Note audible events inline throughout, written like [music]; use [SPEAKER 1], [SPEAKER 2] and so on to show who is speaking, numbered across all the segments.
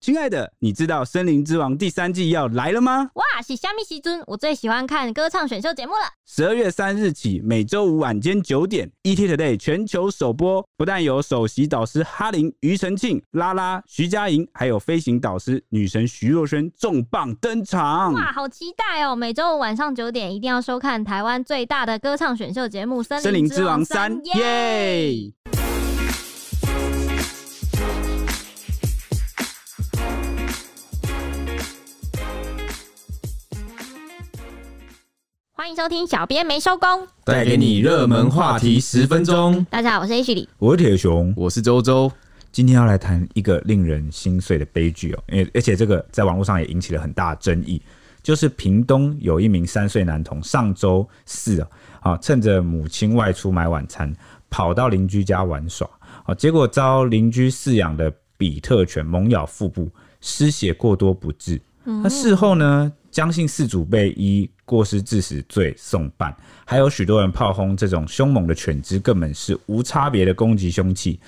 [SPEAKER 1] 亲爱的，你知道《森林之王》第三季要来了吗？
[SPEAKER 2] 哇，是虾米西尊，我最喜欢看歌唱选秀节目了。
[SPEAKER 1] 十二月三日起，每周五晚间九点，ET Today 全球首播。不但有首席导师哈林、庾澄庆、拉拉、徐佳莹，还有飞行导师女神徐若瑄重磅登场。
[SPEAKER 2] 哇，好期待哦！每周五晚上九点一定要收看台湾最大的歌唱选秀节目《森林之王三》耶！
[SPEAKER 1] 耶！
[SPEAKER 2] 欢迎收听《小编没收工》，
[SPEAKER 3] 带给你热门话题十分钟。
[SPEAKER 2] 大家好，我是 H 李。
[SPEAKER 1] 我是铁熊，
[SPEAKER 3] 我是周周，
[SPEAKER 1] 今天要来谈一个令人心碎的悲剧哦，因为而且这个在网络上也引起了很大的争议，就是屏东有一名三岁男童上周四啊，啊趁着母亲外出买晚餐，跑到邻居家玩耍，啊结果遭邻居饲养的比特犬猛咬腹部，失血过多不治。那事后呢，江姓事主被依过失致死罪送办，还有许多人炮轰这种凶猛的犬只根本是无差别的攻击凶器。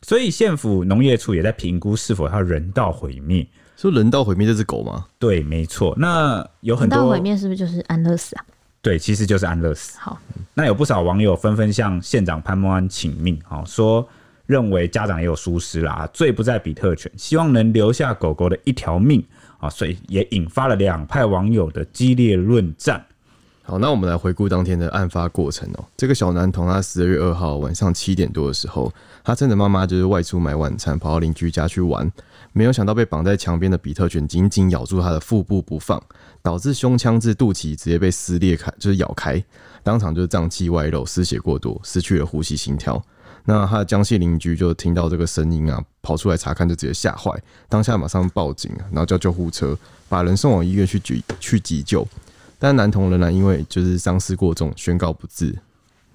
[SPEAKER 1] 所以县府农业处也在评估是否要人道毁灭。
[SPEAKER 3] 说人道毁灭这只狗吗？
[SPEAKER 1] 对，没错。那有很
[SPEAKER 2] 到
[SPEAKER 1] 多
[SPEAKER 2] 毁灭是不是就是安乐死啊？
[SPEAKER 1] 对，其实就是安乐死。
[SPEAKER 2] 好，
[SPEAKER 1] 那有不少网友纷纷向县长潘孟安请命，哦，说认为家长也有疏失啦，罪不在比特犬，希望能留下狗狗的一条命啊、所以也引发了两派网友的激烈论战。
[SPEAKER 3] 好，那我们来回顾当天的案发过程哦。这个小男童他十二月二号晚上七点多的时候，他趁着妈妈就是外出买晚餐，跑到邻居家去玩，没有想到被绑在墙边的比特犬紧紧咬住他的腹部不放，导致胸腔至肚脐直接被撕裂开，就是咬开，当场就是脏器外露，失血过多，失去了呼吸心跳。那他的江西邻居就听到这个声音啊，跑出来查看，就直接吓坏，当下马上报警啊，然后叫救护车，把人送往医院去急去急救。但男童仍然因为就是伤势过重，宣告不治。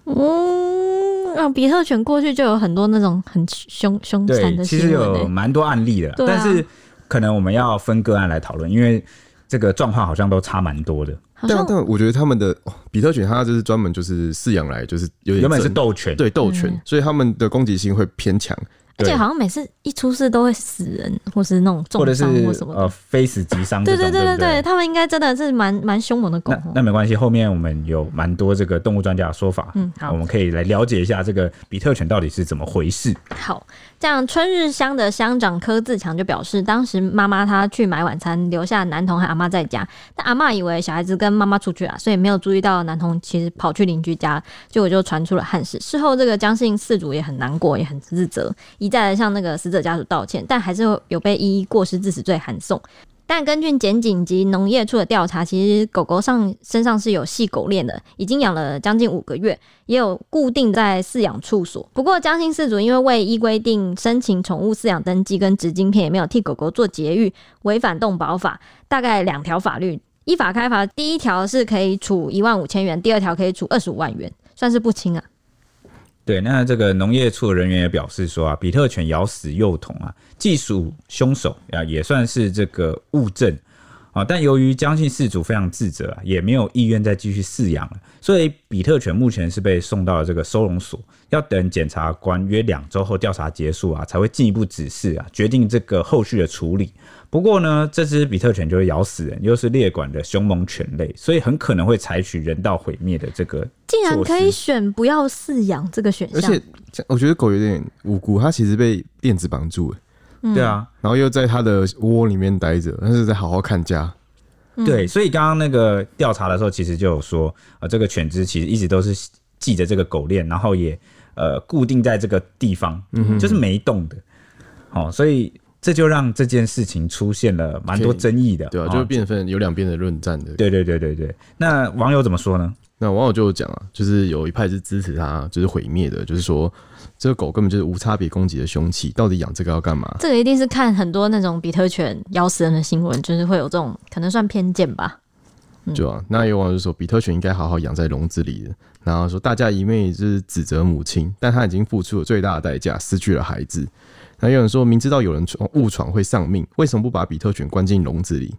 [SPEAKER 2] 嗯，啊，比特犬过去就有很多那种很凶凶残
[SPEAKER 1] 对，
[SPEAKER 2] 的
[SPEAKER 1] 其
[SPEAKER 2] 新
[SPEAKER 1] 实
[SPEAKER 2] 闻、
[SPEAKER 1] 有嗯
[SPEAKER 2] 欸。
[SPEAKER 1] 蛮多案例的啦，
[SPEAKER 2] 对啊
[SPEAKER 1] 但是可能我们要分个案来讨论，因为这个状况好像都差蛮多的。
[SPEAKER 2] 好
[SPEAKER 3] 但
[SPEAKER 2] 像
[SPEAKER 3] 但我觉得他们的哦比特犬，它就是专门就是饲养来，就是有点
[SPEAKER 1] 原本是
[SPEAKER 3] 争
[SPEAKER 1] 斗犬，
[SPEAKER 3] 对斗
[SPEAKER 2] 嗯
[SPEAKER 3] 犬，所以他们的攻击性会偏强。
[SPEAKER 2] 而且
[SPEAKER 1] 对
[SPEAKER 2] 好像每次一出事都会死人，或是那种
[SPEAKER 1] 或者
[SPEAKER 2] 重
[SPEAKER 1] 是
[SPEAKER 2] 伤或什么的。
[SPEAKER 1] 呃非死即伤这
[SPEAKER 2] 对
[SPEAKER 1] 种，
[SPEAKER 2] 对对
[SPEAKER 1] 不
[SPEAKER 2] 对对，他们应该真的是蛮蛮凶猛的狗
[SPEAKER 1] 那
[SPEAKER 2] 哦。
[SPEAKER 1] 那没关系，后面我们有蛮多这个动物专家的说法，啊
[SPEAKER 2] 嗯好
[SPEAKER 1] 我们可以来了解一下这个比特犬到底是怎么回事。
[SPEAKER 2] 好，这样春日乡的乡长柯自强就表示，当时妈妈她去买晚餐，留下男童和阿妈在家，但阿妈以为小孩子跟妈妈出去啊，所以没有注意到男童其实跑去邻居家，结果就传出了憾事。事后这个江姓事主也很难过，也很自责，一再的向那个死者家属道歉，但还是有有被依过失致死罪函送。但根据检警及农业处的调查，其实狗狗上身上是有系狗链的，已经养了将近五个月，也有固定在饲养处所。不过，江姓饲主因为未依规定申请宠物饲养登记跟植晶片，也没有替狗狗做节育，违反动保法，大概两条法律。依法开罚，第一条是可以处一万五千元，第二条可以处二十五万元，算是不轻啊。
[SPEAKER 1] 对，那这个农业处的人员也表示说啊，比特犬咬死幼童啊，既属凶手啊，也算是这个物证啊。但由于江姓事主非常自责啊，也没有意愿再继续饲养了，所以比特犬目前是被送到了这个收容所，要等检察官约两周后调查结束啊，才会进一步指示啊，决定这个后续的处理。不过呢，这只比特犬就会咬死人，又是猎管的凶猛犬类，所以很可能会采取人道毁灭的这个
[SPEAKER 2] 竟然
[SPEAKER 1] 措施
[SPEAKER 2] 可以选不要饲养这个选
[SPEAKER 3] 而
[SPEAKER 2] 项
[SPEAKER 3] 且，像我觉得狗有点无辜，它其实被链子绑住，
[SPEAKER 1] 对
[SPEAKER 2] 嗯
[SPEAKER 1] 啊，
[SPEAKER 3] 然后又在它的窝里面待着，但是在好好看家。嗯
[SPEAKER 1] 对，所以刚刚那个调查的时候，其实就有说，呃，这个犬只其实一直都是系着这个狗链，然后也呃固定在这个地方，
[SPEAKER 3] 嗯
[SPEAKER 1] 就是没动的。好、所以这就让这件事情出现了蛮多
[SPEAKER 3] 可以
[SPEAKER 1] 争议的，
[SPEAKER 3] 对啊，
[SPEAKER 1] 哦
[SPEAKER 3] 就是变成有两边的论战的。
[SPEAKER 1] 对对对对对。那网友怎么说呢？
[SPEAKER 3] 那网友就有讲啊，就是有一派是支持他，就是毁灭的，就是说这个狗根本就是无差别攻击的凶器，到底养这个要干嘛？
[SPEAKER 2] 这个一定是看很多那种比特犬咬死人的新闻，就是会有这种可能算偏见吧。
[SPEAKER 3] 就啊，那有网友就说比特犬应该好好养在笼子里的，然后说大家一昧就是指责母亲，但她已经付出了最大的代价，失去了孩子。那有人说明知道有人闯误闯会丧命，为什么不把比特犬关进笼子里？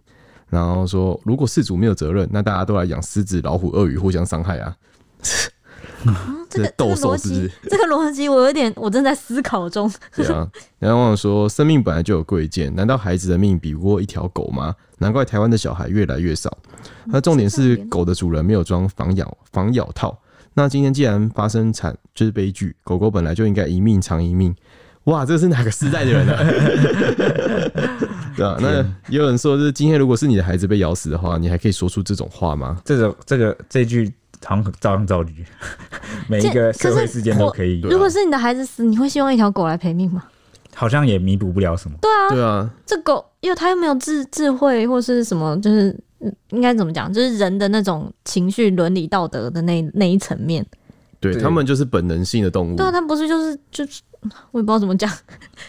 [SPEAKER 3] 然后说如果事主没有责任，那大家都来养狮子、老虎、鳄鱼互相伤害啊。
[SPEAKER 2] 嗯这
[SPEAKER 3] 这
[SPEAKER 2] 个
[SPEAKER 3] 是
[SPEAKER 2] 这
[SPEAKER 3] 斗
[SPEAKER 2] 个
[SPEAKER 3] 兽
[SPEAKER 2] 逻
[SPEAKER 3] 是不是
[SPEAKER 2] 辑，这个逻辑我有点，我正在思考中。
[SPEAKER 3] [laughs] 对啊，然后网友说，生命本来就有贵贱，难道孩子的命比不过一条狗吗？难怪台湾的小孩越来越少。那重点
[SPEAKER 2] 是
[SPEAKER 3] 是
[SPEAKER 2] 这样
[SPEAKER 3] 狗的主人没有装防咬防咬套。那今天既然发生惨就是悲剧，狗狗本来就应该一命偿一命。哇，这是哪个时代的人啊？ [laughs] 对啊，那也有人说，就是今天如果是你的孩子被咬死的话，你还可以说出这种话吗？
[SPEAKER 1] 这种这个这句好像照样照理， [laughs] 每一个社会事件都可以，
[SPEAKER 2] 如果是你的孩子死，你会希望一条狗来陪命吗？
[SPEAKER 1] 好像也弥补不了什么。对，
[SPEAKER 3] 对啊，
[SPEAKER 2] 这狗，因为它又没有智智慧或是什么，就是嗯应该怎么讲，就是人的那种情绪、伦理、道德的那那一层面。
[SPEAKER 3] 对
[SPEAKER 1] 对
[SPEAKER 3] 他们就是本能性的动物
[SPEAKER 2] 对。啊，它不是就是就是，我也不知道怎么讲，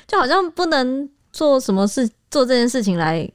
[SPEAKER 2] 就好像不能做什么事，做这件事情来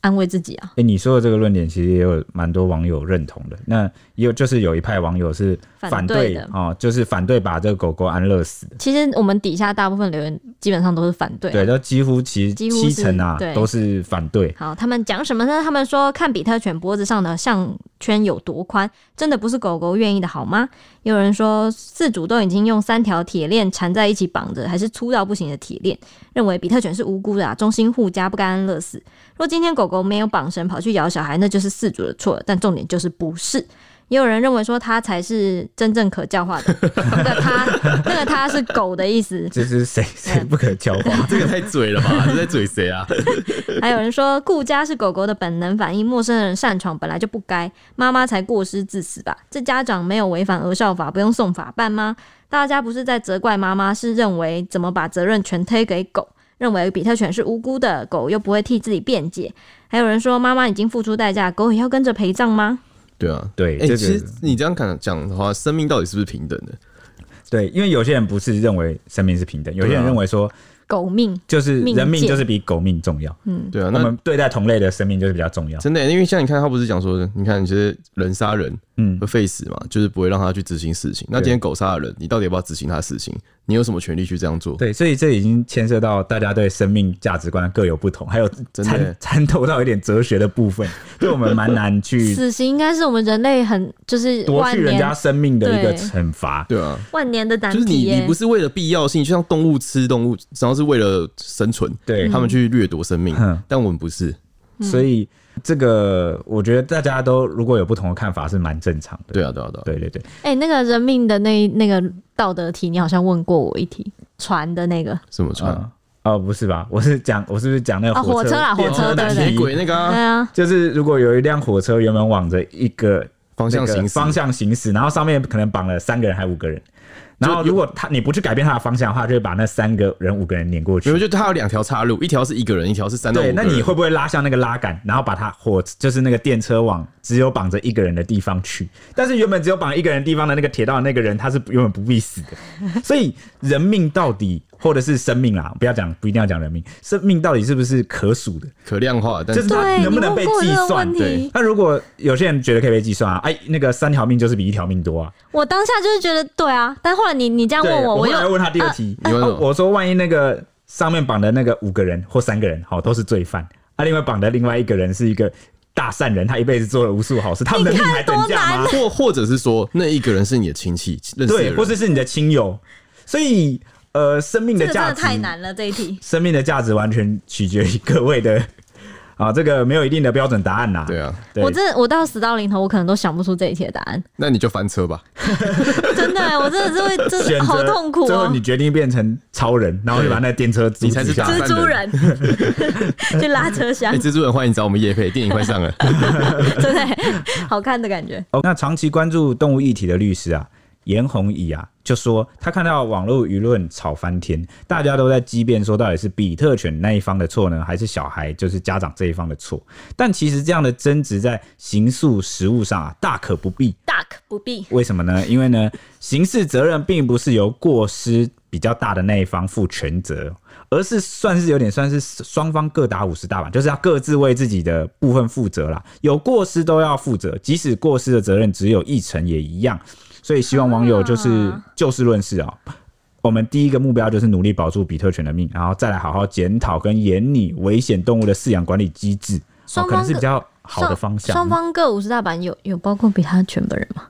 [SPEAKER 2] 安慰自己啊。
[SPEAKER 1] 哎、你说的这个论点其实也有蛮多网友认同的。那也有就是有一派网友是反
[SPEAKER 2] 反
[SPEAKER 1] 对
[SPEAKER 2] 对的
[SPEAKER 1] 哦，就是反对把这个狗狗安乐死的。
[SPEAKER 2] 其实我们底下大部分留言基本上都是反对啊、
[SPEAKER 1] 对，都几乎其实
[SPEAKER 2] 几乎
[SPEAKER 1] 七
[SPEAKER 2] 是
[SPEAKER 1] 成啊
[SPEAKER 2] 对
[SPEAKER 1] 都是反对。
[SPEAKER 2] 好，他们讲什么呢？他们说看比特犬脖子上的项圈有多宽，真的不是狗狗愿意的好吗？也有人说饲主都已经用三条铁链缠在一起绑着，还是粗到不行的铁链，认为比特犬是无辜的啊，忠心护家不该安乐死。若今天狗狗没有绑绳跑去咬小孩，那就是饲主的错，但重点就是不是。也有人认为说它才是真正可教化的， [laughs] 那个它那个它是狗的意思，
[SPEAKER 1] 这是谁
[SPEAKER 2] 嗯
[SPEAKER 1] 谁不可教化？
[SPEAKER 3] 这个太嘴了吧？这在嘴谁啊？
[SPEAKER 2] 还有人说，顾家是狗狗的本能反应，陌生人擅闯本来就不该，妈妈才过失致死吧？这家长没有违反儿少法，不用送法办吗？大家不是在责怪妈妈，是认为怎么把责任全推给狗，认为比特犬是无辜的，狗又不会替自己辩解。还有人说，妈妈已经付出代价，狗也要跟着陪葬吗？
[SPEAKER 3] 对啊，
[SPEAKER 1] 对，
[SPEAKER 3] 哎、
[SPEAKER 1] 这
[SPEAKER 3] 其
[SPEAKER 1] 个
[SPEAKER 3] 实你这样讲讲的话，生命到底是不是平等的？
[SPEAKER 1] [laughs] 对，因为有些人不是认为生命是平等，有些人
[SPEAKER 3] 对啊
[SPEAKER 1] 认为说
[SPEAKER 2] 狗命，
[SPEAKER 1] 就是
[SPEAKER 2] 命
[SPEAKER 1] 人命
[SPEAKER 2] 贱
[SPEAKER 1] 就是比狗命重要，
[SPEAKER 3] 对啊，
[SPEAKER 1] 嗯我
[SPEAKER 3] 那
[SPEAKER 1] 们对待同类的生命就是比较重要。
[SPEAKER 3] 真的欸、因为像你看，他不是讲说，你看你这些人杀人
[SPEAKER 1] 嗯
[SPEAKER 3] 会，废死嘛，就是不会让他去执行死刑。那今天狗杀了人，你到底要不要执行他的死刑？你有什么权利去这样做？
[SPEAKER 1] 对，所以这已经牵涉到大家对生命价值观各有不同，还有
[SPEAKER 3] 真的
[SPEAKER 1] 参
[SPEAKER 3] 耶
[SPEAKER 1] 参透到一点哲学的部分，对我们蛮难
[SPEAKER 3] 嗯
[SPEAKER 1] 去
[SPEAKER 2] 死刑应该是我们人类很就是
[SPEAKER 1] 夺
[SPEAKER 2] 万
[SPEAKER 1] 去人
[SPEAKER 2] 年
[SPEAKER 1] 家生命的一个
[SPEAKER 2] 对
[SPEAKER 1] 惩罚。
[SPEAKER 3] 对啊，
[SPEAKER 2] 万年的难
[SPEAKER 3] 就是
[SPEAKER 2] 题
[SPEAKER 3] 你
[SPEAKER 2] 耶、
[SPEAKER 3] 你不是为了必要性，就像动物吃动物，然后是为了生存，
[SPEAKER 2] 嗯
[SPEAKER 1] 对
[SPEAKER 3] 他们去掠夺生命
[SPEAKER 1] 嗯，
[SPEAKER 3] 但我们不是。
[SPEAKER 1] 所以这个我觉得大家都如果有不同的看法是蛮正常的。
[SPEAKER 3] 对啊，对啊，对啊。
[SPEAKER 1] 对对对，
[SPEAKER 2] 哎、那个人命的那那个道德题，你好像问过我一题，船的那个，
[SPEAKER 3] 什么船？
[SPEAKER 1] 啊哦不是吧？我是讲我是不是讲那个
[SPEAKER 2] 啊火车啦
[SPEAKER 1] 电
[SPEAKER 2] 火车
[SPEAKER 1] 难
[SPEAKER 2] 对对
[SPEAKER 1] 题
[SPEAKER 3] 铁轨那个
[SPEAKER 2] 对
[SPEAKER 3] 啊
[SPEAKER 2] 啊，
[SPEAKER 1] 就是如果有一辆火车原本往着一个
[SPEAKER 3] 方向
[SPEAKER 1] 那
[SPEAKER 3] 行
[SPEAKER 1] 个
[SPEAKER 3] 驶，
[SPEAKER 1] 方向行驶，然后上面可能绑了三个人还五个人，然后如果他你不去改变他的方向的话，就会把那三个人五个人碾过
[SPEAKER 3] 没有，
[SPEAKER 1] 去。
[SPEAKER 3] 就它有两条岔路，一条是一个人，一条是三到五
[SPEAKER 1] 对，
[SPEAKER 3] 个
[SPEAKER 1] 那
[SPEAKER 3] 人
[SPEAKER 1] 你会不会拉向那个拉杆，然后把他火就是那个电车往只有绑着一个人的地方去？但是原本只有绑一个人的地方的那个铁道的那个人，他是原本不必死
[SPEAKER 2] [laughs]
[SPEAKER 1] 的。所以人命到底，或者是生命啦，不要讲，不一定要讲人命，生命到底是不是可数的？
[SPEAKER 3] 可量化，但
[SPEAKER 1] 就是是它
[SPEAKER 2] 对，
[SPEAKER 1] 能不能
[SPEAKER 2] 你
[SPEAKER 1] 被
[SPEAKER 2] 问过
[SPEAKER 1] 计
[SPEAKER 2] 这个
[SPEAKER 1] 算
[SPEAKER 2] 问？
[SPEAKER 3] 对
[SPEAKER 2] 题，
[SPEAKER 1] 那如果有些人觉得可以被计算啊，哎，那个三条命就是比一条命多啊。
[SPEAKER 2] 我当下就是觉得对啊，但后来你你这样
[SPEAKER 1] 对，
[SPEAKER 2] 问我，
[SPEAKER 1] 我
[SPEAKER 2] 我
[SPEAKER 1] 后来
[SPEAKER 2] 又
[SPEAKER 1] 问他第二题，
[SPEAKER 3] 你问什么
[SPEAKER 1] 哦我说万一那个上面绑的那个五个人或三个人，好、都是罪犯，啊，另外绑的另外一个人是一个大善人，他一辈子做了无数好事，他们的命还等价吗？
[SPEAKER 3] 或或者是说，那一个人是你的亲戚，认识的
[SPEAKER 1] 对，
[SPEAKER 3] 人，
[SPEAKER 1] 或者是你的亲友，所以呃，生命
[SPEAKER 2] 这
[SPEAKER 1] 的
[SPEAKER 2] 个真
[SPEAKER 1] 价
[SPEAKER 2] 的
[SPEAKER 1] 值，
[SPEAKER 2] 太难了这一题。
[SPEAKER 1] 生命的价值完全取决于各位的啊，这个没有一定的标准答案呐、
[SPEAKER 3] 对啊，
[SPEAKER 1] 对
[SPEAKER 2] 我真的，我到死到临头，我可能都想不出这一题的答
[SPEAKER 1] [laughs]
[SPEAKER 2] 案。
[SPEAKER 3] 那你就翻车吧。
[SPEAKER 2] 真的、我真的是会，真
[SPEAKER 1] 选
[SPEAKER 2] 的
[SPEAKER 1] 择
[SPEAKER 2] 好痛苦
[SPEAKER 1] 最后
[SPEAKER 2] 哦、
[SPEAKER 1] 你决定变成超人，然后就把那电车阻
[SPEAKER 3] 你才
[SPEAKER 1] 止
[SPEAKER 3] 是
[SPEAKER 1] 下来
[SPEAKER 3] 大
[SPEAKER 2] 蜘蛛人
[SPEAKER 1] [laughs]
[SPEAKER 2] 去拉车厢
[SPEAKER 1] 啊
[SPEAKER 3] 哎、，蜘蛛人，欢迎找我们叶配，电影快上了。
[SPEAKER 2] 真的好看的感觉。
[SPEAKER 1] 哦，那长期关注动物议题的律师啊，严宏仪啊，就说他看到网络舆论吵翻天，大家都在激辩说到底是比特犬那一方的错呢，还是小孩就是家长这一方的错？但其实这样的争执在刑诉实务上啊，大可不必。
[SPEAKER 2] Duck 不必，
[SPEAKER 1] 为什么呢？因为呢，刑事责任并不是由过失比较大的那一方负全责，而是算是有点算是双方各打五十大板，就是要各自为自己的部分负责啦。有过失都要负责，即使过失的责任只有一成也一样。所以希望网友就是
[SPEAKER 2] 啊
[SPEAKER 1] 就事论事啊、我们第一个目标就是努力保住比特犬的命，然后再来好好检讨跟研拟危险动物的饲养管理机制，哦
[SPEAKER 2] 双、方
[SPEAKER 1] 可能是
[SPEAKER 2] 各
[SPEAKER 1] 比较好的
[SPEAKER 2] 双
[SPEAKER 1] 方向。
[SPEAKER 2] 双方各五十大板有有包括比他全本人吗？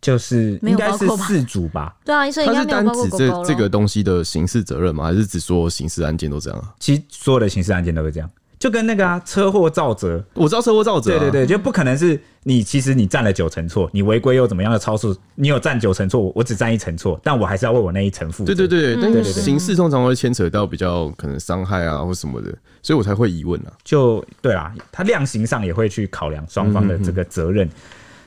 [SPEAKER 1] 就是
[SPEAKER 2] 没
[SPEAKER 1] 应
[SPEAKER 2] 有
[SPEAKER 1] 该
[SPEAKER 2] 包
[SPEAKER 1] 是
[SPEAKER 2] 括吧
[SPEAKER 1] 四组吧，
[SPEAKER 2] 对啊，所以应
[SPEAKER 3] 它
[SPEAKER 2] 该
[SPEAKER 3] 是
[SPEAKER 2] 没有
[SPEAKER 3] 单
[SPEAKER 2] 包括
[SPEAKER 3] 指
[SPEAKER 2] 狗
[SPEAKER 3] 这
[SPEAKER 2] 狗
[SPEAKER 3] 这个
[SPEAKER 2] 了。
[SPEAKER 3] 东西的刑事责任吗？还是只说刑事案件都这样啊？
[SPEAKER 1] 其实所有的刑事案件都会这样，就跟那个啊车祸造责，
[SPEAKER 3] 我知道车祸造者、
[SPEAKER 1] 对
[SPEAKER 3] 啊，
[SPEAKER 1] 对对，就不可能是你其实你占了九成错，你违规又怎么样的超速，你有占九成错，我我只占一成错，但我还是要为我那一成负责。
[SPEAKER 3] 对对对，但
[SPEAKER 1] 嗯对
[SPEAKER 3] 是
[SPEAKER 1] 对对
[SPEAKER 3] 刑事通常会牵扯到比较可能伤害啊或什么的，所以我才会疑问啊。
[SPEAKER 1] 就对啦，他量刑上也会去考量双方的这个责
[SPEAKER 3] 嗯
[SPEAKER 1] 任。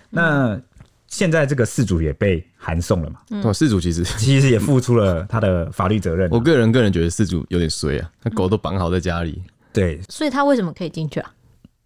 [SPEAKER 1] 那现在这个事主也被函送了嘛，
[SPEAKER 3] 哦，事主
[SPEAKER 1] [laughs]
[SPEAKER 3] 其实，
[SPEAKER 1] 其实也付出了他的法律责任啊
[SPEAKER 3] 我。个人个人觉得事主有点衰啊，他狗都绑好在家
[SPEAKER 1] 嗯
[SPEAKER 3] 里，
[SPEAKER 1] 对，
[SPEAKER 2] 所以他为什么可以进去啊？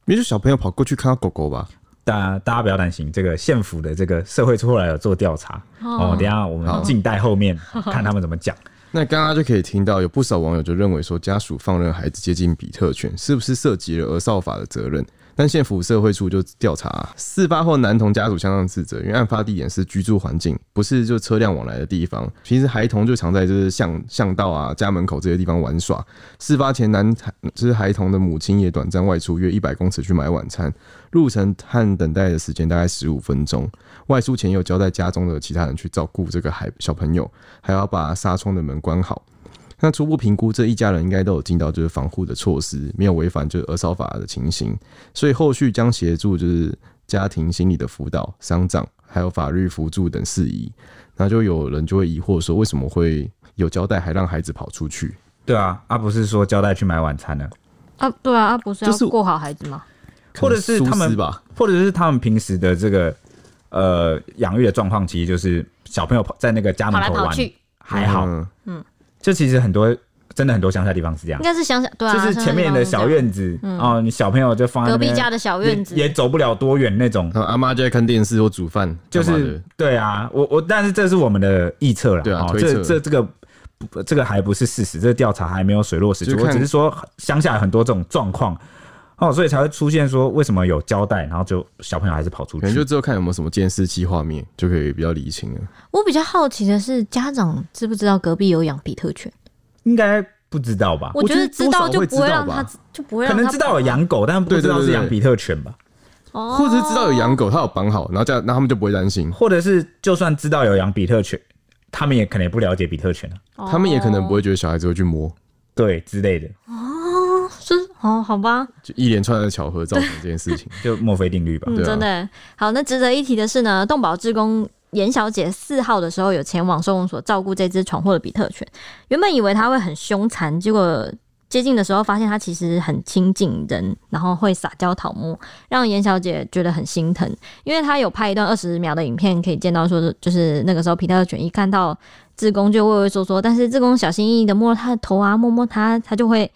[SPEAKER 3] 也就小朋友跑过去看到狗狗吧。
[SPEAKER 1] 大家大家不要担心，这个县府的这个社会处后来有做调查哦等一下我们静待后
[SPEAKER 3] [laughs]
[SPEAKER 1] 面看他们怎么讲。
[SPEAKER 3] 那刚刚就可以听到有不少网友就认为说，家属放任孩子接近比特犬，是不是涉及了儿少法的责任？但县府社会处就调查、事发后男童家属相当自责，因为案发地点是居住环境，不是就车辆往来的地方。平时孩童就常在就是巷巷道啊、家门口这些地方玩耍。事发前男就是孩童的母亲也短暂外出约一百公尺去买晚餐，路程和等待的时间大概十五分钟。外出前又交代家中的其他人去照顾这个孩小朋友，还要把纱窗的门关好。那初步评估，这一家人应该都有尽到就是防护的措施，没有违反就是儿少法的情形，所以后续将协助就是家庭心理的辅导、丧葬，还有法律辅助等事宜。那就有人就会疑惑说，为什么会有交代还让孩子跑出去？
[SPEAKER 1] 对啊，啊不是说交代去买晚餐了，
[SPEAKER 2] 啊，对啊，啊不是
[SPEAKER 3] 就
[SPEAKER 2] 要
[SPEAKER 3] 是
[SPEAKER 2] 过好孩子吗？
[SPEAKER 1] 或者是
[SPEAKER 3] 可能
[SPEAKER 1] 他
[SPEAKER 3] 疏失
[SPEAKER 1] 们
[SPEAKER 3] 吧？
[SPEAKER 1] 或者是他们平时的这个呃养育的状况，其实就是小朋友跑在那个家
[SPEAKER 2] 跑
[SPEAKER 1] 门
[SPEAKER 2] 来
[SPEAKER 1] 口
[SPEAKER 2] 跑
[SPEAKER 1] 玩
[SPEAKER 2] 去，
[SPEAKER 1] 还好。
[SPEAKER 3] 嗯
[SPEAKER 1] 就其实很多真的很多乡下地方是这样
[SPEAKER 2] 应，该是想想对啊，
[SPEAKER 1] 就是前面的小院子哦，你小朋友就放在
[SPEAKER 2] 嗯隔
[SPEAKER 1] 那
[SPEAKER 2] 壁
[SPEAKER 1] 边
[SPEAKER 2] 家的小院子
[SPEAKER 1] 也，也走不了多远那种。
[SPEAKER 3] 然后阿妈就在看电视或煮饭，
[SPEAKER 1] 就
[SPEAKER 3] 干嘛
[SPEAKER 1] 是
[SPEAKER 3] 的
[SPEAKER 1] 对啊，我我但是这是我们的臆测了，
[SPEAKER 3] 对啊
[SPEAKER 1] 哦
[SPEAKER 3] 推
[SPEAKER 1] 这
[SPEAKER 3] 测
[SPEAKER 1] 这这个不这个还不是事实，这个调查还没有水落石出，
[SPEAKER 3] 就
[SPEAKER 1] 我
[SPEAKER 3] 看
[SPEAKER 1] 只是说乡下有很多这种状况哦，所以才会出现说为什么有交代，然后就小朋友还是跑出
[SPEAKER 3] 可能就
[SPEAKER 1] 去。
[SPEAKER 3] 之后看有没有什么监视器画面，就可以比较理清了。
[SPEAKER 2] 我比较好奇的是，家长知不知道隔壁有养比特犬？
[SPEAKER 1] 应该不知道吧？
[SPEAKER 2] 我觉得知道就不会让他
[SPEAKER 3] 我觉得多少会知道吧，
[SPEAKER 2] 就不会
[SPEAKER 1] 可
[SPEAKER 2] 让
[SPEAKER 1] 能
[SPEAKER 2] 他
[SPEAKER 1] 知道有啊养狗，但不
[SPEAKER 3] 对对
[SPEAKER 1] 知道是
[SPEAKER 3] 对对
[SPEAKER 1] 养比特犬吧？
[SPEAKER 2] 哦，
[SPEAKER 3] 或者是知道有养狗，他有绑好，然后这样，那他们就不会担心，
[SPEAKER 1] 或者是就算知道有养比特犬，他们也可能也不了解比特犬啊，
[SPEAKER 2] 哦
[SPEAKER 3] 他们也可能不会觉得小孩子会去摸，
[SPEAKER 1] 对之类的，
[SPEAKER 2] 是哦，好吧，
[SPEAKER 3] 就一连串的巧合造成这件
[SPEAKER 2] [laughs]
[SPEAKER 3] 事情。
[SPEAKER 1] 就墨菲定律吧。
[SPEAKER 2] 嗯，
[SPEAKER 3] 对啊
[SPEAKER 2] 真的好。那值得一提的是呢，动保志工严小姐四号的时候有前往收容所照顾这只闯祸的比特犬，原本以为它会很凶残，结果。接近的时候，发现它其实很亲近人，然后会撒娇讨摸，让严小姐觉得很心疼。因为她有拍一段二十秒的影片，可以见到说是，就是那个时候皮特犬一看到志工就畏畏缩缩，但是志工小心翼翼的摸了他的头啊，摸摸他，他就会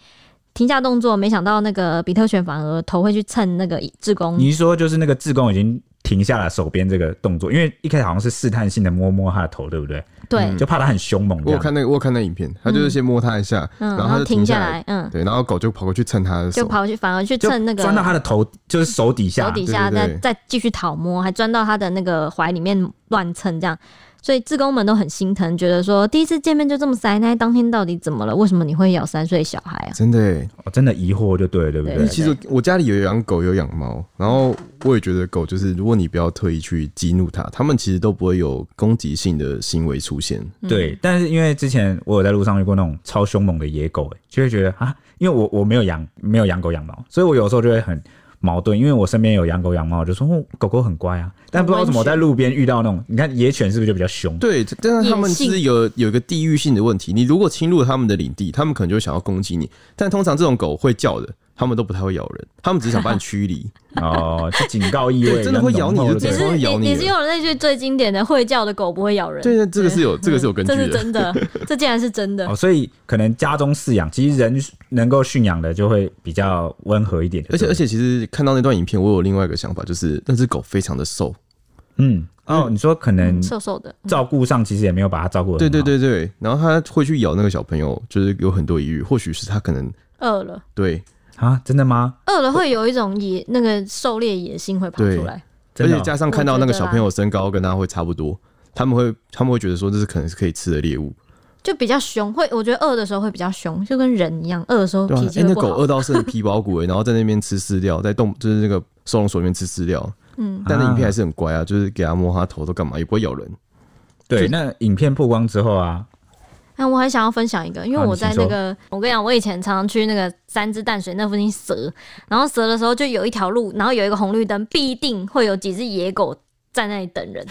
[SPEAKER 2] 停下动作。没想到那个比特犬反而头会去蹭那个志工
[SPEAKER 1] 你是说就是那个志工已经停下了手边这个动作，因为一开始好像是试探性的摸摸他的头，对不对？
[SPEAKER 2] 对，
[SPEAKER 1] 就怕他很凶猛
[SPEAKER 3] 我
[SPEAKER 1] 这
[SPEAKER 3] 有
[SPEAKER 1] 样。
[SPEAKER 3] 看那个，我有看那影片，他就是先摸他一下，
[SPEAKER 2] 嗯，然
[SPEAKER 3] 然后他
[SPEAKER 2] 后
[SPEAKER 3] 就
[SPEAKER 2] 停
[SPEAKER 3] 停
[SPEAKER 2] 下
[SPEAKER 3] 来，
[SPEAKER 2] 来，嗯，
[SPEAKER 3] 对，然后狗就跑过去蹭他的
[SPEAKER 2] 就
[SPEAKER 3] 手，
[SPEAKER 2] 跑去反而去
[SPEAKER 1] 就
[SPEAKER 2] 蹭那个
[SPEAKER 1] 钻到他的头，就是手底下
[SPEAKER 2] 手，底下，
[SPEAKER 3] 对
[SPEAKER 2] 再
[SPEAKER 3] 对对
[SPEAKER 2] 再继续讨摸，还钻到他的那个怀里面乱蹭这样。所以志工们都很心疼，觉得说第一次见面就这么塞奶，当天到底怎么了？为什么你会咬三岁小孩啊？
[SPEAKER 3] 真的欸。
[SPEAKER 1] 我哦真的疑惑就对了，对不
[SPEAKER 3] 因为
[SPEAKER 1] 对
[SPEAKER 2] 对？
[SPEAKER 3] 其实我家里有养狗，有养猫，然后我也觉得狗就是，如果你不要特意去激怒它，它们其实都不会有攻击性的行为出现。
[SPEAKER 1] 对，但是因为之前我有在路上遇过那种超凶猛的野狗、欸，就会觉得啊，因为我我没有养没有养狗养猫，所以我有时候就会很矛盾，因为我身边有养狗养猫，我就说、哦、狗狗很乖啊，但不知道怎么我在路边遇到那种，你看野犬是不是就比较凶？
[SPEAKER 3] 对，但是它们
[SPEAKER 2] 野性
[SPEAKER 3] 是有有一个地域性的问题。你如果侵入了它们的领地，它们可能就会想要攻击你。但通常这种狗会叫的，它们都不太会咬人，它们只
[SPEAKER 2] [laughs]
[SPEAKER 3] 是想把你驱离。
[SPEAKER 1] 哦，就警告意味
[SPEAKER 3] 对真的会咬你
[SPEAKER 1] 比较浓厚
[SPEAKER 3] 就
[SPEAKER 1] 对不对
[SPEAKER 2] 你
[SPEAKER 3] 直接
[SPEAKER 2] 是
[SPEAKER 3] 会
[SPEAKER 2] 你
[SPEAKER 3] 咬你的
[SPEAKER 2] 你是用了那句最经典的会叫的狗不会咬人，
[SPEAKER 3] 对，但这个是有这个是有根据
[SPEAKER 2] 这是
[SPEAKER 3] 的。
[SPEAKER 2] 真的，这竟然是真的
[SPEAKER 1] 哦，。所以可能家中饲养，其实人能够驯养的就会比较温和一点，
[SPEAKER 3] 而且而
[SPEAKER 1] 且，
[SPEAKER 3] 且，其实看到那段影片，我有另外一个想法，就是那只狗非常的瘦。
[SPEAKER 1] 嗯，哦，你说可能
[SPEAKER 2] 瘦瘦的，
[SPEAKER 1] 照顾上其实也没有把它照顾的，
[SPEAKER 3] 对对，对对，然后它会去咬那个小朋友，就是有很多疑虑，或许是它可能
[SPEAKER 2] 饿了，
[SPEAKER 3] 对，
[SPEAKER 1] 啊，真的吗？
[SPEAKER 2] 饿了会有一种野那个狩猎野心会跑出来。
[SPEAKER 3] 而
[SPEAKER 1] 真的
[SPEAKER 3] 且
[SPEAKER 1] 哦
[SPEAKER 3] 加上看到那
[SPEAKER 2] 我觉
[SPEAKER 3] 个
[SPEAKER 2] 得
[SPEAKER 3] 小
[SPEAKER 2] 啦
[SPEAKER 3] 朋友身高跟它会差不多，他们会他们会觉得说这是可能是可以吃的猎物。
[SPEAKER 2] 就比较凶，会我觉得饿的时候会比较凶，就跟人一样，饿的时候
[SPEAKER 3] 对啊
[SPEAKER 2] 哦脾，气
[SPEAKER 3] 哎、
[SPEAKER 2] 会
[SPEAKER 3] 那
[SPEAKER 2] 不好。
[SPEAKER 3] 狗饿到剩皮包骨、欸，然后在那边吃饲料，在动就是那个收容所里面吃饲料，
[SPEAKER 2] 嗯，
[SPEAKER 3] 但那影片还是很乖啊，就是给他摸他头都干嘛，也不会咬人。
[SPEAKER 1] 对，那影片曝光之后啊，
[SPEAKER 2] 那我还想要分享一个，因为
[SPEAKER 1] 好
[SPEAKER 2] 我
[SPEAKER 1] 你
[SPEAKER 2] 在
[SPEAKER 1] 请
[SPEAKER 2] 那
[SPEAKER 1] 说
[SPEAKER 2] 个，我跟你讲，我以前常常去那个三支淡水那附近蛇，然后蛇的时候就有一条路，然后有一个红绿灯，必定会有几只野狗在那里等
[SPEAKER 3] [laughs]
[SPEAKER 2] 人。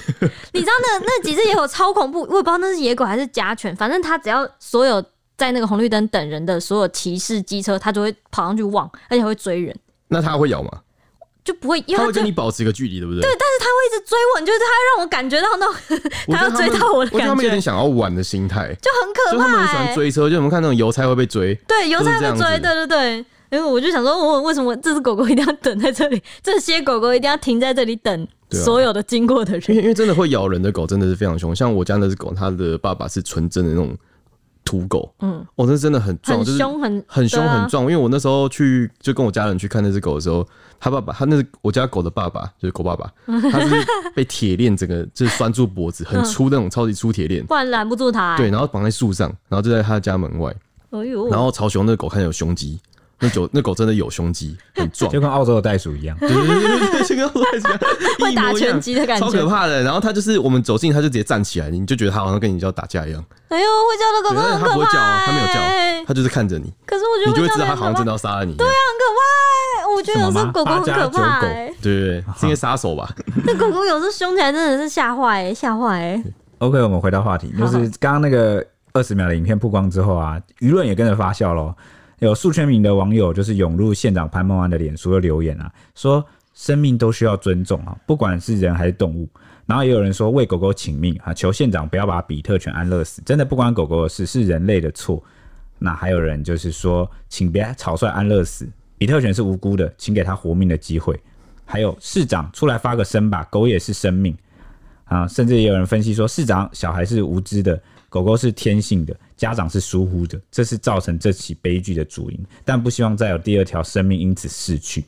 [SPEAKER 2] 你知道那那几只野狗超恐怖，我也不知道那是野狗还是家犬，反正它只要所有在那个红绿灯等人的所有骑士机车，它就会跑上去望，而且会追人，
[SPEAKER 3] 那他会咬吗？
[SPEAKER 2] 就不会，因为
[SPEAKER 3] 他
[SPEAKER 2] 它
[SPEAKER 3] 会
[SPEAKER 2] 就
[SPEAKER 3] 跟
[SPEAKER 2] 会
[SPEAKER 3] 你保持一个距离，对不对？
[SPEAKER 2] 一直追我，你就是它会让我感觉到那种
[SPEAKER 3] 我觉得
[SPEAKER 2] 他要追
[SPEAKER 3] 们
[SPEAKER 2] 到我的
[SPEAKER 3] 我觉得他
[SPEAKER 2] 感
[SPEAKER 3] 们有
[SPEAKER 2] 觉
[SPEAKER 3] 点想要玩的心态，
[SPEAKER 2] 就很可怕、欸。
[SPEAKER 3] 就他们很喜欢追车，就我们看那种邮差会被追，
[SPEAKER 2] 对，邮
[SPEAKER 3] 就是
[SPEAKER 2] 差
[SPEAKER 3] 这
[SPEAKER 2] 会
[SPEAKER 3] 样
[SPEAKER 2] 追，
[SPEAKER 3] 子
[SPEAKER 2] 对对对。因为我就想说，我为什么这只狗狗一定要等在这里？ [laughs] 这些狗狗一定要停在这里等
[SPEAKER 3] 对啊
[SPEAKER 2] 所有的经过的
[SPEAKER 3] 因
[SPEAKER 2] 人？
[SPEAKER 3] 为因为真的会咬人的狗真的是非常凶，像我家那只狗，它的爸爸是纯正的那种土狗，
[SPEAKER 2] 嗯，
[SPEAKER 3] 哦，那真的很壮，
[SPEAKER 2] 很
[SPEAKER 3] 就是
[SPEAKER 2] 凶，很
[SPEAKER 3] 很凶
[SPEAKER 2] 对啊
[SPEAKER 3] 很壮。因为我那时候去就跟我家人去看那只狗的时候，他爸爸，他那我家狗的爸爸就是狗
[SPEAKER 2] [laughs]
[SPEAKER 3] 爸爸，他是被铁链整个就是拴住脖子，
[SPEAKER 2] 嗯
[SPEAKER 3] 很粗那种超级粗铁链，
[SPEAKER 2] 不然拦不住它、欸。
[SPEAKER 3] 对，，然后绑在树上，然后就在他的家门外，
[SPEAKER 2] 哎呦，
[SPEAKER 3] 然后朝雄那个狗看有胸肌，那狗那狗真的有胸肌，很壮，
[SPEAKER 1] 就跟澳洲的袋鼠一样，
[SPEAKER 3] 对对对对，先跟我说一下，
[SPEAKER 2] 会打
[SPEAKER 3] 一模一样
[SPEAKER 2] 拳击的感觉
[SPEAKER 3] 超可怕的。然后他就是我们走近，他就直接站起来，你就觉得他好像跟你要打架一样，
[SPEAKER 2] 哎呦，会叫的狗狗
[SPEAKER 3] 对
[SPEAKER 2] 很
[SPEAKER 3] 但是他
[SPEAKER 2] 可
[SPEAKER 3] 不会叫
[SPEAKER 2] 怕、
[SPEAKER 3] 啊
[SPEAKER 2] 欸。
[SPEAKER 3] 他没有叫他就是看着你，
[SPEAKER 2] 可是我觉得
[SPEAKER 3] 你就会
[SPEAKER 2] 叫
[SPEAKER 3] 知
[SPEAKER 2] 的
[SPEAKER 3] 道他
[SPEAKER 2] 很可
[SPEAKER 3] 好像
[SPEAKER 2] 怕，
[SPEAKER 3] 真的要杀了你一样。对啊，
[SPEAKER 2] 很可怕、欸。我觉得有时
[SPEAKER 1] 什么
[SPEAKER 2] 候
[SPEAKER 1] 吗
[SPEAKER 2] 狗狗很
[SPEAKER 1] 八加
[SPEAKER 2] 可
[SPEAKER 1] 九
[SPEAKER 2] 怕、
[SPEAKER 1] 狗
[SPEAKER 2] 欸。
[SPEAKER 3] 对对对，是因为杀手吧？
[SPEAKER 2] 那狗狗有时候凶起来真的是吓坏、欸，吓坏、欸。
[SPEAKER 1] OK，我们回到话题，
[SPEAKER 2] 好
[SPEAKER 1] 就是刚刚那个二十秒的影片曝光之后啊，舆论也跟着发酵咯。有数千名的网友就是涌入县长潘孟安的脸书的留言啊，说生命都需要尊重啊，不管是人还是动物。然后也有人说为狗狗请命啊，求县长不要把比特犬安乐死，真的不关狗狗的事，是人类的错。那还有人就是说，请别草率安乐死，比特犬是无辜的，请给他活命的机会。还有市长出来发个声吧，狗也是生命。啊，甚至也有人分析说，市长小孩是无知的，狗狗是天性的，家长是疏忽的，这是造成这起悲剧的主因。但不希望再有第二条生命因此逝去。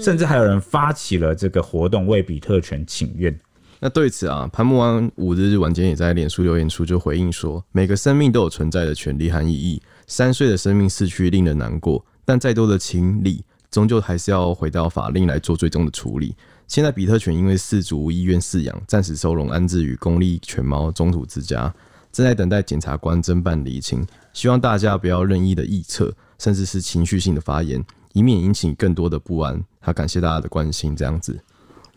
[SPEAKER 1] 甚至还有人发起了这个活动，为比特犬请愿。
[SPEAKER 3] 那对此啊，潘木安五日晚间也在脸书留言处就回应说，每个生命都有存在的权利和意义。三岁的生命逝去令人难过，但再多的情理，终究还是要回到法令来做最终的处理。现在比特犬因为饲主医院饲养，暂时收容安置于公立犬猫中途之家，正在等待检察官侦办厘清。希望大家不要任意的臆测，甚至是情绪性的发言，以免引起更多的不安。好，感谢大家的关心，这样子。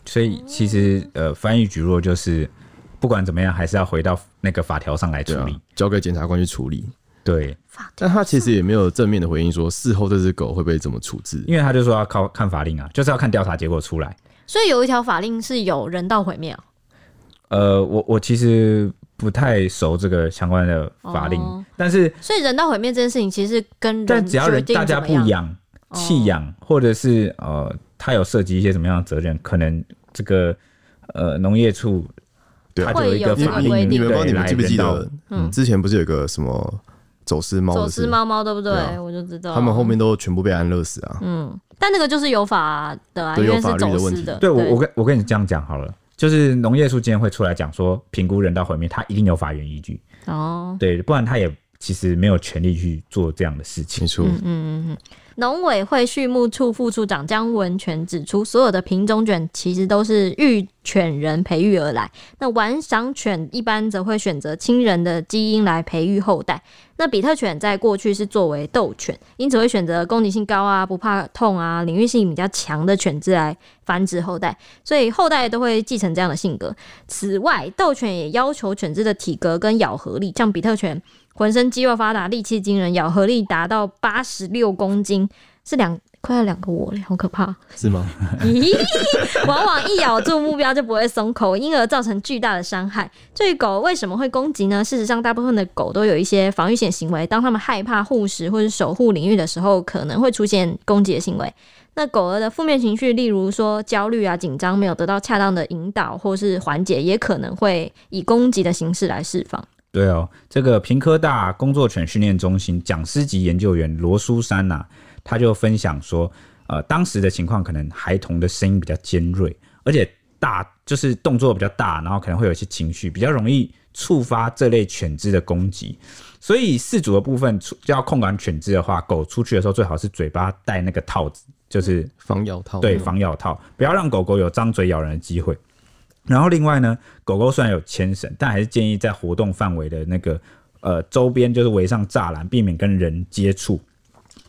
[SPEAKER 1] 所以其实呃，翻译局若就是不管怎么样，还是要回到那个法条上来处
[SPEAKER 3] 对啊
[SPEAKER 1] 理。，
[SPEAKER 3] 交给检察官去处理。
[SPEAKER 1] 对，
[SPEAKER 3] 但他其实也没有正面的回应说事后这只狗会被怎么处置。
[SPEAKER 1] 因为他就说要靠看法令啊，就是要看调查结果出来。
[SPEAKER 2] 所以有一条法令是有人道毁灭、哦
[SPEAKER 1] 呃，我我其实不太熟这个相关的法令，
[SPEAKER 2] 哦
[SPEAKER 1] 但是
[SPEAKER 2] 所以人道毁灭这件事情其实跟人
[SPEAKER 1] 但只要人
[SPEAKER 2] 决定
[SPEAKER 1] 大家
[SPEAKER 2] 怎么
[SPEAKER 1] 不
[SPEAKER 2] 样
[SPEAKER 1] 养、弃养，或者是呃，他有涉及一些什么样的责任，可能这个呃农业处
[SPEAKER 3] 对
[SPEAKER 1] 它
[SPEAKER 3] 啊
[SPEAKER 1] 就有一个
[SPEAKER 2] 会有这个
[SPEAKER 1] 法
[SPEAKER 3] 你
[SPEAKER 1] 令
[SPEAKER 2] 规
[SPEAKER 3] 你
[SPEAKER 2] 定
[SPEAKER 3] 你们不知道
[SPEAKER 1] 对
[SPEAKER 3] 你们记不记
[SPEAKER 1] 来人
[SPEAKER 3] 得
[SPEAKER 1] 道，
[SPEAKER 3] 嗯，之前不是有个什么走私猫
[SPEAKER 2] 走
[SPEAKER 3] 的
[SPEAKER 2] 私
[SPEAKER 3] 事？
[SPEAKER 2] 猫猫，对不对？
[SPEAKER 3] 对啊
[SPEAKER 2] 我就知道
[SPEAKER 3] 他们后面都全部被安乐死啊！
[SPEAKER 2] 嗯，但那个就是有法的啊，
[SPEAKER 3] 对
[SPEAKER 2] 因为
[SPEAKER 3] 有法
[SPEAKER 2] 是
[SPEAKER 3] 律的
[SPEAKER 2] 走
[SPEAKER 3] 问
[SPEAKER 2] 私
[SPEAKER 3] 题
[SPEAKER 2] 的。
[SPEAKER 1] 对我我跟我跟你这样讲好了，就是农业处今天会出来讲说，评估人道毁灭，它一定有法源依据，
[SPEAKER 2] 哦，
[SPEAKER 1] 对，不然它也其实没有权利去做这样的事情
[SPEAKER 3] 没。错，
[SPEAKER 2] 嗯农委会畜牧处副处长江文全指出，所有的品种犬其实都是育犬人培育而来。那玩赏犬一般则会选择亲人的基因来培育后代。那比特犬在过去是作为斗犬，因此会选择攻击性高啊、不怕痛啊、领域性比较强的犬只来繁殖后代，所以后代都会继承这样的性格。此外，斗犬也要求犬只的体格跟咬合力，像比特犬浑身肌肉发达，力气惊人，咬合力达到八十六公斤，是两快要两个我了，好可怕！
[SPEAKER 3] 是吗？
[SPEAKER 2] 咦，往往一咬住目标就不会松口，因而造成巨大的伤害。至于狗为什么会攻击呢？事实上，大部分的狗都有一些防御性行为，当它们害怕护食或是守护领域的时候，可能会出现攻击的行为。那狗儿的负面情绪，例如说焦虑啊、紧张，没有得到恰当的引导或是缓解，也可能会以攻击的形式来释放。
[SPEAKER 1] 对哦，这个平科大工作犬训练中心讲师级研究员罗书山呐、他就分享说，呃，当时的情况可能孩童的声音比较尖锐，而且大就是动作比较大，然后可能会有一些情绪，比较容易触发这类犬只的攻击。所以饲主的部分出要控管犬只的话，狗出去的时候最好是嘴巴戴那个套子，就是
[SPEAKER 3] 防咬套，
[SPEAKER 1] 对，防咬套，不要让狗狗有张嘴咬人的机会。然后另外呢，狗狗虽然有牵绳，但还是建议在活动范围的那个呃周边就是围上栅栏，避免跟人接触。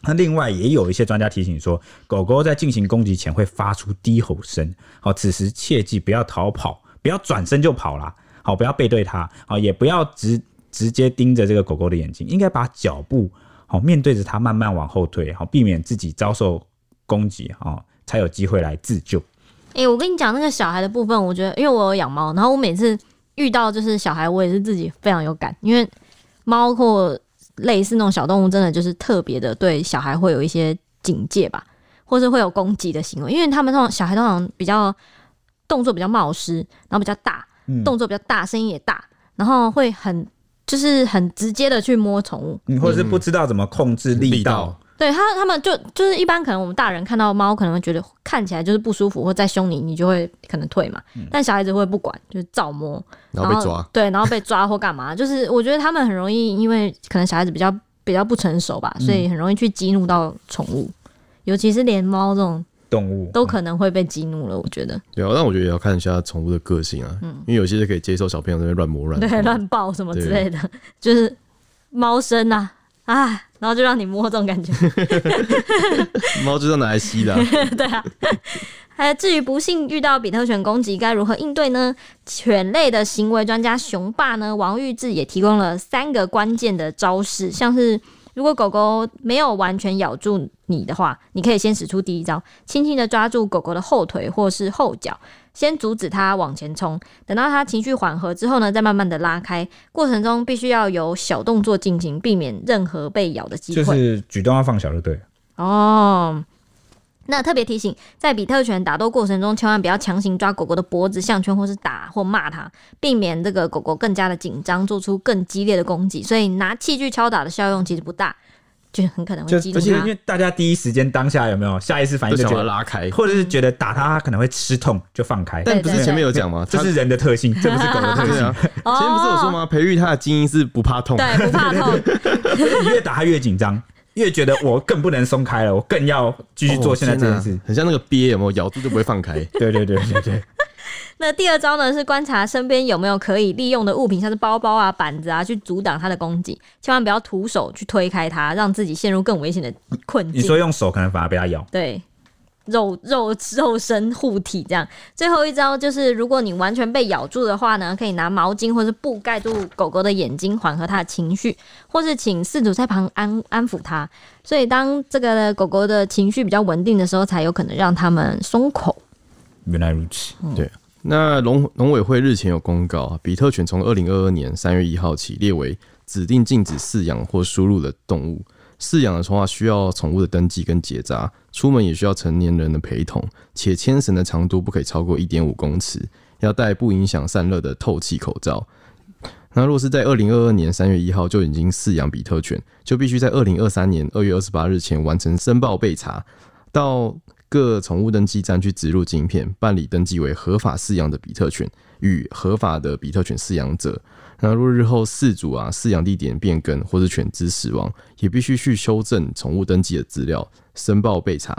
[SPEAKER 1] 那另外也有一些专家提醒说，狗狗在进行攻击前会发出低吼声，好，此时切记不要逃跑，不要转身就跑啦，好，不要背对它，好，也不要直直接盯着这个狗狗的眼睛，应该把脚步好面对着它慢慢往后退，好，避免自己遭受攻击，好，才有机会来自救。
[SPEAKER 2] 哎、我跟你讲那个小孩的部分，我觉得因为我有养猫，然后我每次遇到就是小孩，我也是自己非常有感，因为猫或类似那种小动物，真的就是特别的对小孩会有一些警戒吧，或是会有攻击的行为，因为他们通常小孩通常比较动作比较冒失，然后比较大，
[SPEAKER 1] 嗯
[SPEAKER 2] 动作比较大，声音也大，然后会很就是很直接的去摸宠物，
[SPEAKER 1] 你或者是不知道怎么控制力
[SPEAKER 3] 嗯力
[SPEAKER 1] 道
[SPEAKER 3] 道，
[SPEAKER 2] 对他，他们就就是一般可能我们大人看到猫，可能会觉得看起来就是不舒服，或再凶你，你就会可能退嘛。但小孩子会不管，就是照摸，
[SPEAKER 3] 嗯然后被抓。
[SPEAKER 2] 对，然后被抓或干嘛。就是我觉得他们很容易，因为可能小孩子比较比较不成熟吧，
[SPEAKER 3] 嗯
[SPEAKER 2] 所以很容易去激怒到宠物，尤其是连猫这种
[SPEAKER 1] 动物
[SPEAKER 2] 都可能会被激怒了。我觉得，
[SPEAKER 3] 对啊，但我觉得也要看一下宠物的个性啊，因为有些是可以接受小朋友在那边乱摸乱
[SPEAKER 2] 嗯对，
[SPEAKER 3] 碰
[SPEAKER 2] 乱抱什么之类的，就是猫生啊啊，然后就让你摸这种感觉。
[SPEAKER 3] 猫就是要拿来
[SPEAKER 1] [laughs]
[SPEAKER 3] 吸的啊、
[SPEAKER 2] [laughs] 对啊。还至于不幸遇到比特犬攻击该如何应对呢？犬类的行为专家熊爸呢，王玉志也提供了三个关键的招式，像是如果狗狗没有完全咬住你的话，你可以先使出第一招，轻轻的抓住狗狗的后腿或是后脚，先阻止它往前冲。等到它情绪缓和之后呢，再慢慢的拉开。过程中必须要有小动作进行，避免任何被咬的机
[SPEAKER 1] 就
[SPEAKER 2] 会。
[SPEAKER 1] 是举动要放小就对了。
[SPEAKER 2] 哦。那特别提醒，在比特犬打斗过程中，千万不要强行抓狗狗的脖子、项圈，或是打或骂它，避免这个狗狗更加的紧张，做出更激烈的攻击。所以拿器具敲打的效用其实不大， [laughs] 就很可能
[SPEAKER 1] 就
[SPEAKER 2] 会激怒啊
[SPEAKER 1] 而且因
[SPEAKER 2] 它。
[SPEAKER 1] 为大家第一时间当下有没有下意识反
[SPEAKER 3] 就
[SPEAKER 1] 应就
[SPEAKER 3] 想
[SPEAKER 1] 觉
[SPEAKER 3] 把它
[SPEAKER 1] 得
[SPEAKER 3] 拉开。
[SPEAKER 1] 或者是觉得打它可能会吃痛，就放开。
[SPEAKER 2] 对
[SPEAKER 3] 但不是前面有讲吗？
[SPEAKER 1] 这
[SPEAKER 3] 它
[SPEAKER 1] 是人的特
[SPEAKER 2] [laughs]
[SPEAKER 1] 性，这不是狗的特
[SPEAKER 3] 对
[SPEAKER 1] 性。
[SPEAKER 3] 啊，前面不是有说吗？培育它的基因是不怕痛，
[SPEAKER 2] 哦
[SPEAKER 3] 啊
[SPEAKER 2] 对，不怕痛。
[SPEAKER 1] 你 [laughs] 越打它越紧张，越觉得我更不能松开了，我更要继续做现在这件
[SPEAKER 3] 哦
[SPEAKER 1] 事
[SPEAKER 3] 天。哪很像那个鳖，有没有咬住就不会放开？
[SPEAKER 1] 对对对对对，
[SPEAKER 2] 那第二招呢是观察身边有没有可以利用的物品，像是包包啊、板子啊，去阻挡它的攻击。千万不要徒手去推开它，让自己陷入更危险的困
[SPEAKER 1] 你
[SPEAKER 2] 境。
[SPEAKER 1] 说用手可能反而被它咬。
[SPEAKER 2] 对，肉肉肉身护体这样。最后一招就是，如果你完全被咬住的话呢，可以拿毛巾或是布盖住狗狗的眼睛，缓和它的情绪，或是请饲主在旁安安抚它。所以，当这个狗狗的情绪比较稳定的时候，才有可能让它们松口。
[SPEAKER 1] 原来如此，
[SPEAKER 3] 那农农委会日前有公告啊，比特犬从二零二二年三月一号起列为指定禁止饲养或输入的动物。饲养的话需要宠物的登记跟结扎，出门也需要成年人的陪同，且牵绳的长度不可以超过一点五公尺，要戴不影响散热的透气口罩。那若是在二零二二年三月一号就已经饲养比特犬，就必须在二零二三年二月二十八日前完成申报备查，到各宠物登记站去植入晶片，办理登记为合法饲养的比特犬与合法的比特犬饲养者。那若日后饲主啊饲养地点变更或是犬只死亡，也必须去修正宠物登记的资料，申报备查，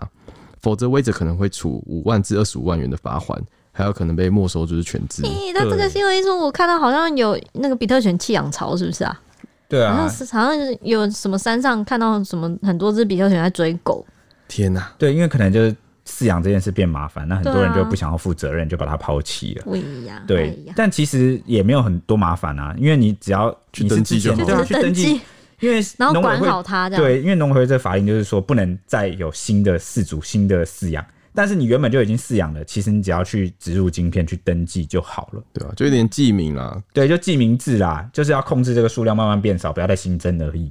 [SPEAKER 3] 否则违者可能会处五万至二十五万元的罚款，还有可能被没收就是犬
[SPEAKER 1] 嗯
[SPEAKER 3] 只。
[SPEAKER 2] 咦、他这个新闻一说，我看到好像有那个比特犬弃养潮，是不是啊？
[SPEAKER 1] 对
[SPEAKER 2] 好像
[SPEAKER 1] 啊，
[SPEAKER 2] 是好像是有什么山上看到什么很多只比特犬在追狗。
[SPEAKER 3] 天哪、
[SPEAKER 1] 对，因为可能就是饲养这件事变麻烦，那很多人
[SPEAKER 2] 对
[SPEAKER 1] 就
[SPEAKER 2] 啊哎
[SPEAKER 1] 不想要负责任，就把它抛弃了。
[SPEAKER 2] 不一样，
[SPEAKER 1] 对，但其实也没有很多麻烦啊，因为你只要
[SPEAKER 3] 去
[SPEAKER 1] 你是
[SPEAKER 3] 登记
[SPEAKER 1] 之前
[SPEAKER 3] 就好
[SPEAKER 1] 对啊
[SPEAKER 2] 就
[SPEAKER 1] 去
[SPEAKER 2] 是
[SPEAKER 1] 登
[SPEAKER 2] 登
[SPEAKER 1] 记
[SPEAKER 2] 记，，
[SPEAKER 1] 因为
[SPEAKER 2] [laughs] 然后
[SPEAKER 1] 农委
[SPEAKER 2] 管
[SPEAKER 1] 会
[SPEAKER 2] 好它这样。
[SPEAKER 1] 对，因为农委会这法令就是说，不能再有新的饲主、新的饲养，但是你原本就已经饲养了，其实你只要去植入晶片去登记就好了。
[SPEAKER 3] 对啊，就有点记名啦，
[SPEAKER 1] 对，就记名字啦，就是要控制这个数量慢慢变少，不要再新增而已。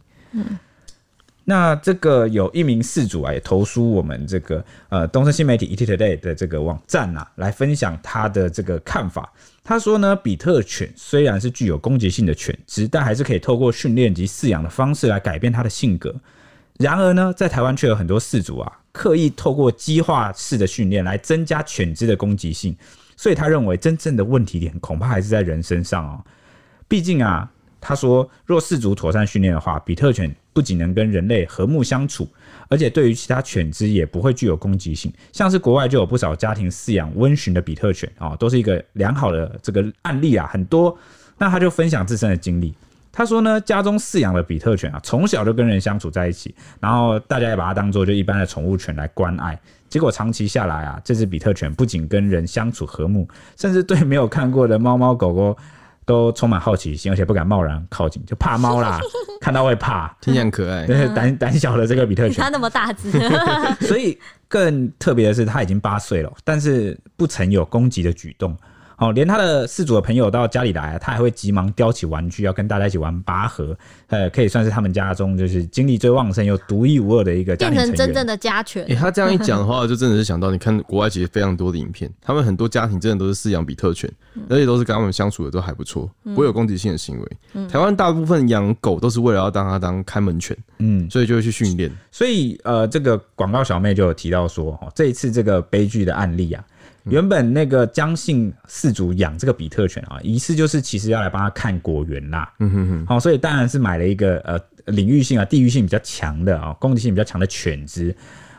[SPEAKER 1] 那这个有一名事主啊，也投书我们这个呃东森新媒体 ET Today 的这个网站啊，来分享他的这个看法。他说呢，比特犬虽然是具有攻击性的犬只，但还是可以透过训练及饲养的方式来改变它的性格。然而呢，在台湾却有很多饲主啊，刻意透过激化式的训练来增加犬只的攻击性，所以他认为真正的问题点恐怕还是在人身上哦。毕竟啊，他说，若氏族妥善训练的话，比特犬不仅能跟人类和睦相处，而且对于其他犬只也不会具有攻击性。像是国外就有不少家庭饲养温驯的比特犬啊、哦都是一个良好的这个案例啊，很多。那他就分享自身的经历。他说呢，家中饲养的比特犬啊，从小就跟人相处在一起，然后大家也把它当做就一般的宠物犬来关爱。结果长期下来啊，这只比特犬不仅跟人相处和睦，甚至对没有看过的猫猫狗狗都充满好奇心，而且不敢贸然靠近，就怕猫
[SPEAKER 2] [laughs]
[SPEAKER 1] 啦，看到会怕，
[SPEAKER 3] 听起来很可
[SPEAKER 2] 啊
[SPEAKER 3] 爱。
[SPEAKER 1] 对胆胆小的这个比特犬
[SPEAKER 2] [laughs] 它。那么
[SPEAKER 1] [laughs]
[SPEAKER 2] 大只，
[SPEAKER 1] 所以更特别的是，他已经八岁了，但是不曾有攻击的举动。哦，连他的饲主的朋友到家里来，啊他还会急忙叼起玩具，要跟大家一起玩拔河。呃，可以算是他们家中就是精力最旺盛又独一无二的一个家
[SPEAKER 2] 变
[SPEAKER 1] 庭成
[SPEAKER 2] 成
[SPEAKER 1] 员。
[SPEAKER 2] 真正的家犬
[SPEAKER 3] 诶、。他这样一讲的话，就真的是想到，你看国外其实非常多的影片，他们很多家庭真的都是饲养比特犬，
[SPEAKER 2] 嗯
[SPEAKER 3] 而且都是跟他们相处的都还不错，不会有攻击性的行为。
[SPEAKER 2] 嗯
[SPEAKER 3] 台湾大部分养狗都是为了要当它当看门犬，
[SPEAKER 1] 嗯，
[SPEAKER 3] 所以就会去训练。
[SPEAKER 1] 所以呃，这个广告小妹就有提到说，哦，这一次这个悲剧的案例啊，原本那个江姓氏族养这个比特犬啊，疑似就是其实要来帮他看果园啦，嗯哼哼，好、所以当然是买了一个呃领域性啊、地域性比较强的啊、攻击性比较强的犬只。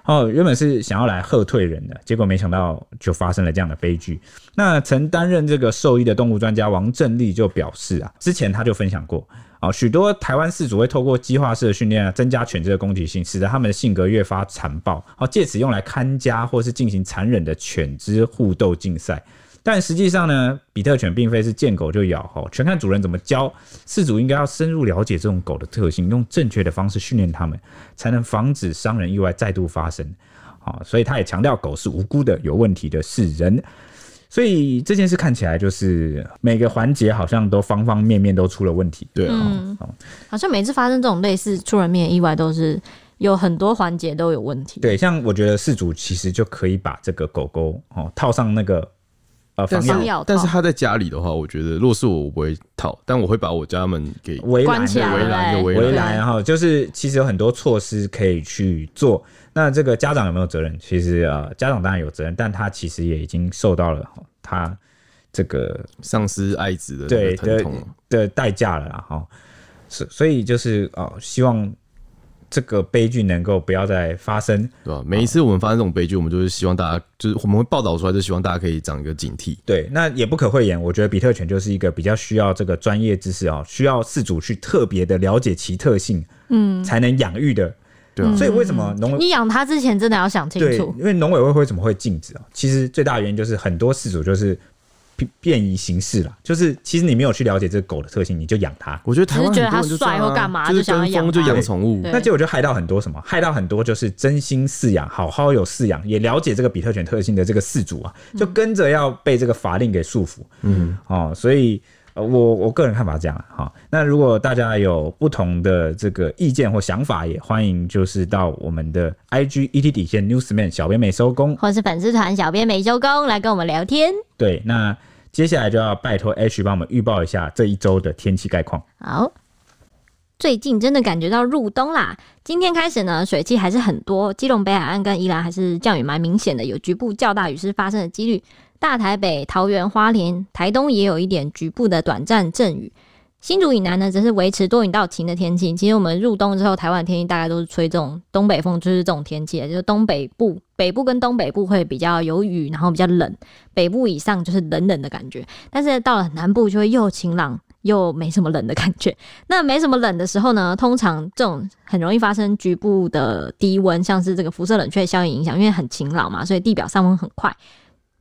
[SPEAKER 1] 哦，原本是想要来喝退人的，结果没想到就发生了这样的悲剧。那曾担任这个兽医的动物专家王正立就表示啊，之前他就分享过，啊，许多台湾饲主会透过激化式的训练啊，增加犬只的攻击性，使得它们的性格越发残暴，好、借此用来看家或是进行残忍的犬只互斗竞赛。但实际上呢，比特犬并非是见狗就咬，哦，全看主人怎么教。饲主应该要深入了解这种狗的特性，用正确的方式训练它们，才能防止伤人意外再度发生。啊、所以他也强调狗是无辜的，有问题的是人。所以这件事看起来就是每个环节好像都方方面面都出了问题。
[SPEAKER 3] 对啊，
[SPEAKER 2] 嗯
[SPEAKER 1] 好，
[SPEAKER 2] 好像每次发生这种类似出人命的意外，都是有很多环节都有问题。
[SPEAKER 1] 对，像我觉得饲主其实就可以把这个狗狗哦套上那个呃防
[SPEAKER 3] 但是
[SPEAKER 1] 咬
[SPEAKER 2] 防咬套
[SPEAKER 3] 但是它在家里的话，我觉得若是我，我不会套，但我会把我家门给
[SPEAKER 1] 围栏
[SPEAKER 2] 关起来
[SPEAKER 1] 的
[SPEAKER 3] 围栏
[SPEAKER 2] 对
[SPEAKER 3] 有围
[SPEAKER 1] 围
[SPEAKER 3] 栏
[SPEAKER 1] 栏，啊然后就是其实有很多措施可以去做。那这个家长有没有责任？其实呃，家长当然有责任，但他其实也已经受到了哦他这个
[SPEAKER 3] 丧失爱子的那
[SPEAKER 1] 对
[SPEAKER 3] 个疼
[SPEAKER 1] 的
[SPEAKER 3] 痛啊。
[SPEAKER 1] 的代价了啦，哈。所所以就是哦，希望这个悲剧能够不要再发生。
[SPEAKER 3] 对吧、每一次我们发生这种悲剧，我们就是希望大家，就是我们会报道出来，就希望大家可以长一个警惕。
[SPEAKER 1] 对，那也不可讳言，我觉得比特犬就是一个比较需要这个专业知识哦，需要饲主去特别的了解其特性，嗯，才能养育的。
[SPEAKER 3] 对啊
[SPEAKER 1] 所以为什么农委
[SPEAKER 2] 你养它之前真的要想
[SPEAKER 1] 对
[SPEAKER 2] 嗯清，楚，
[SPEAKER 1] 因为农委会为什么会禁止啊？其实最大原因就是很多饲主就是变变于形式啦，就是其实你没有去了解这个狗的特性，你就养它，
[SPEAKER 3] 我觉得台湾
[SPEAKER 2] 只是觉得它
[SPEAKER 3] 很多人就这样啊
[SPEAKER 2] 帅或干嘛
[SPEAKER 3] 就是
[SPEAKER 2] 就想要
[SPEAKER 3] 跟
[SPEAKER 2] 养
[SPEAKER 3] 风就
[SPEAKER 2] 它
[SPEAKER 3] 养宠物
[SPEAKER 2] 对，
[SPEAKER 1] 那结果就害到很多什么？害到很多就是真心饲养、好好有饲养，也了解这个比特犬特性的这个饲主啊，
[SPEAKER 2] 嗯
[SPEAKER 1] 就跟着要被这个法令给束缚。嗯，哦，所以呃我我个人看法是这样啊哈、那如果大家有不同的这个意见或想法，也欢迎就是到我们的 IG ET 底线 Newsman 小编没收工。
[SPEAKER 2] 或是粉丝团小编美周公来跟我们聊天。
[SPEAKER 1] 对，那接下来就要拜托 H 帮我们预报一下这一周的天气概况。
[SPEAKER 2] 好，最近真的感觉到入冬啦。今天开始呢，水汽还是很多，基隆北海岸跟宜兰还是降雨蛮明显的，有局部较大雨势发生的几率。大台北、桃园、花莲、台东也有一点局部的短暂阵雨。新竹以南呢，则是维持多云到晴的天气。其实我们入冬之后，台湾的天气大概都是吹这种东北风，就是这种天气，就是东北部、北部跟东北部会比较有雨，然后比较冷，北部以上就是冷冷的感觉。但是到了南部就会又晴朗又没什么冷的感觉。 [laughs] 那没什么冷的时候呢，通常这种很容易发生局部的低温，像是这个辐射冷却效应影响，因为很晴朗嘛，所以地表上温很快。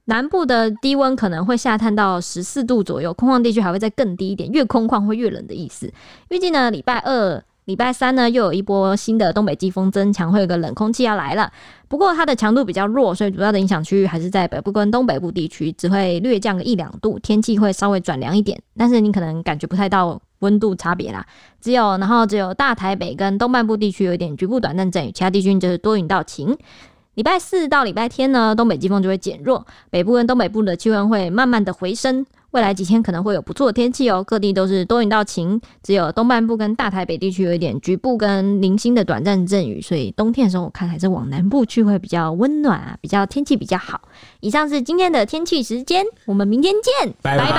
[SPEAKER 2] 南部的低温可能会下探到十四度左右，空旷地区还会再更低一点，越空旷会越冷的意思。预计呢，礼拜二、礼拜三呢，又有一波新的东北季风增强，会有个冷空气要来了。不过它的强度比较弱，所以主要的影响区域还是在北部跟东北部地区，只会略降个一两度，天气会稍微转凉一点，但是你可能感觉不太到温度差别啦。只有然后只有大台北跟东半部地区有一点局部短暂阵雨，其他地区就是多云到晴。礼拜四到礼拜天呢，东北季风就会减弱，北部跟东北部的气温会慢慢的回升。未来几天可能会有不错的天气哦，各地都是多云到晴，只有东半部跟大台北地区有一点局部跟零星的短暂阵雨，所以冬天的时候我看还是往南部去会比较温暖啊，比较天气比较好。以上是今天的天气时间，我们明天见，
[SPEAKER 1] 拜拜
[SPEAKER 2] 拜拜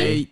[SPEAKER 3] 哎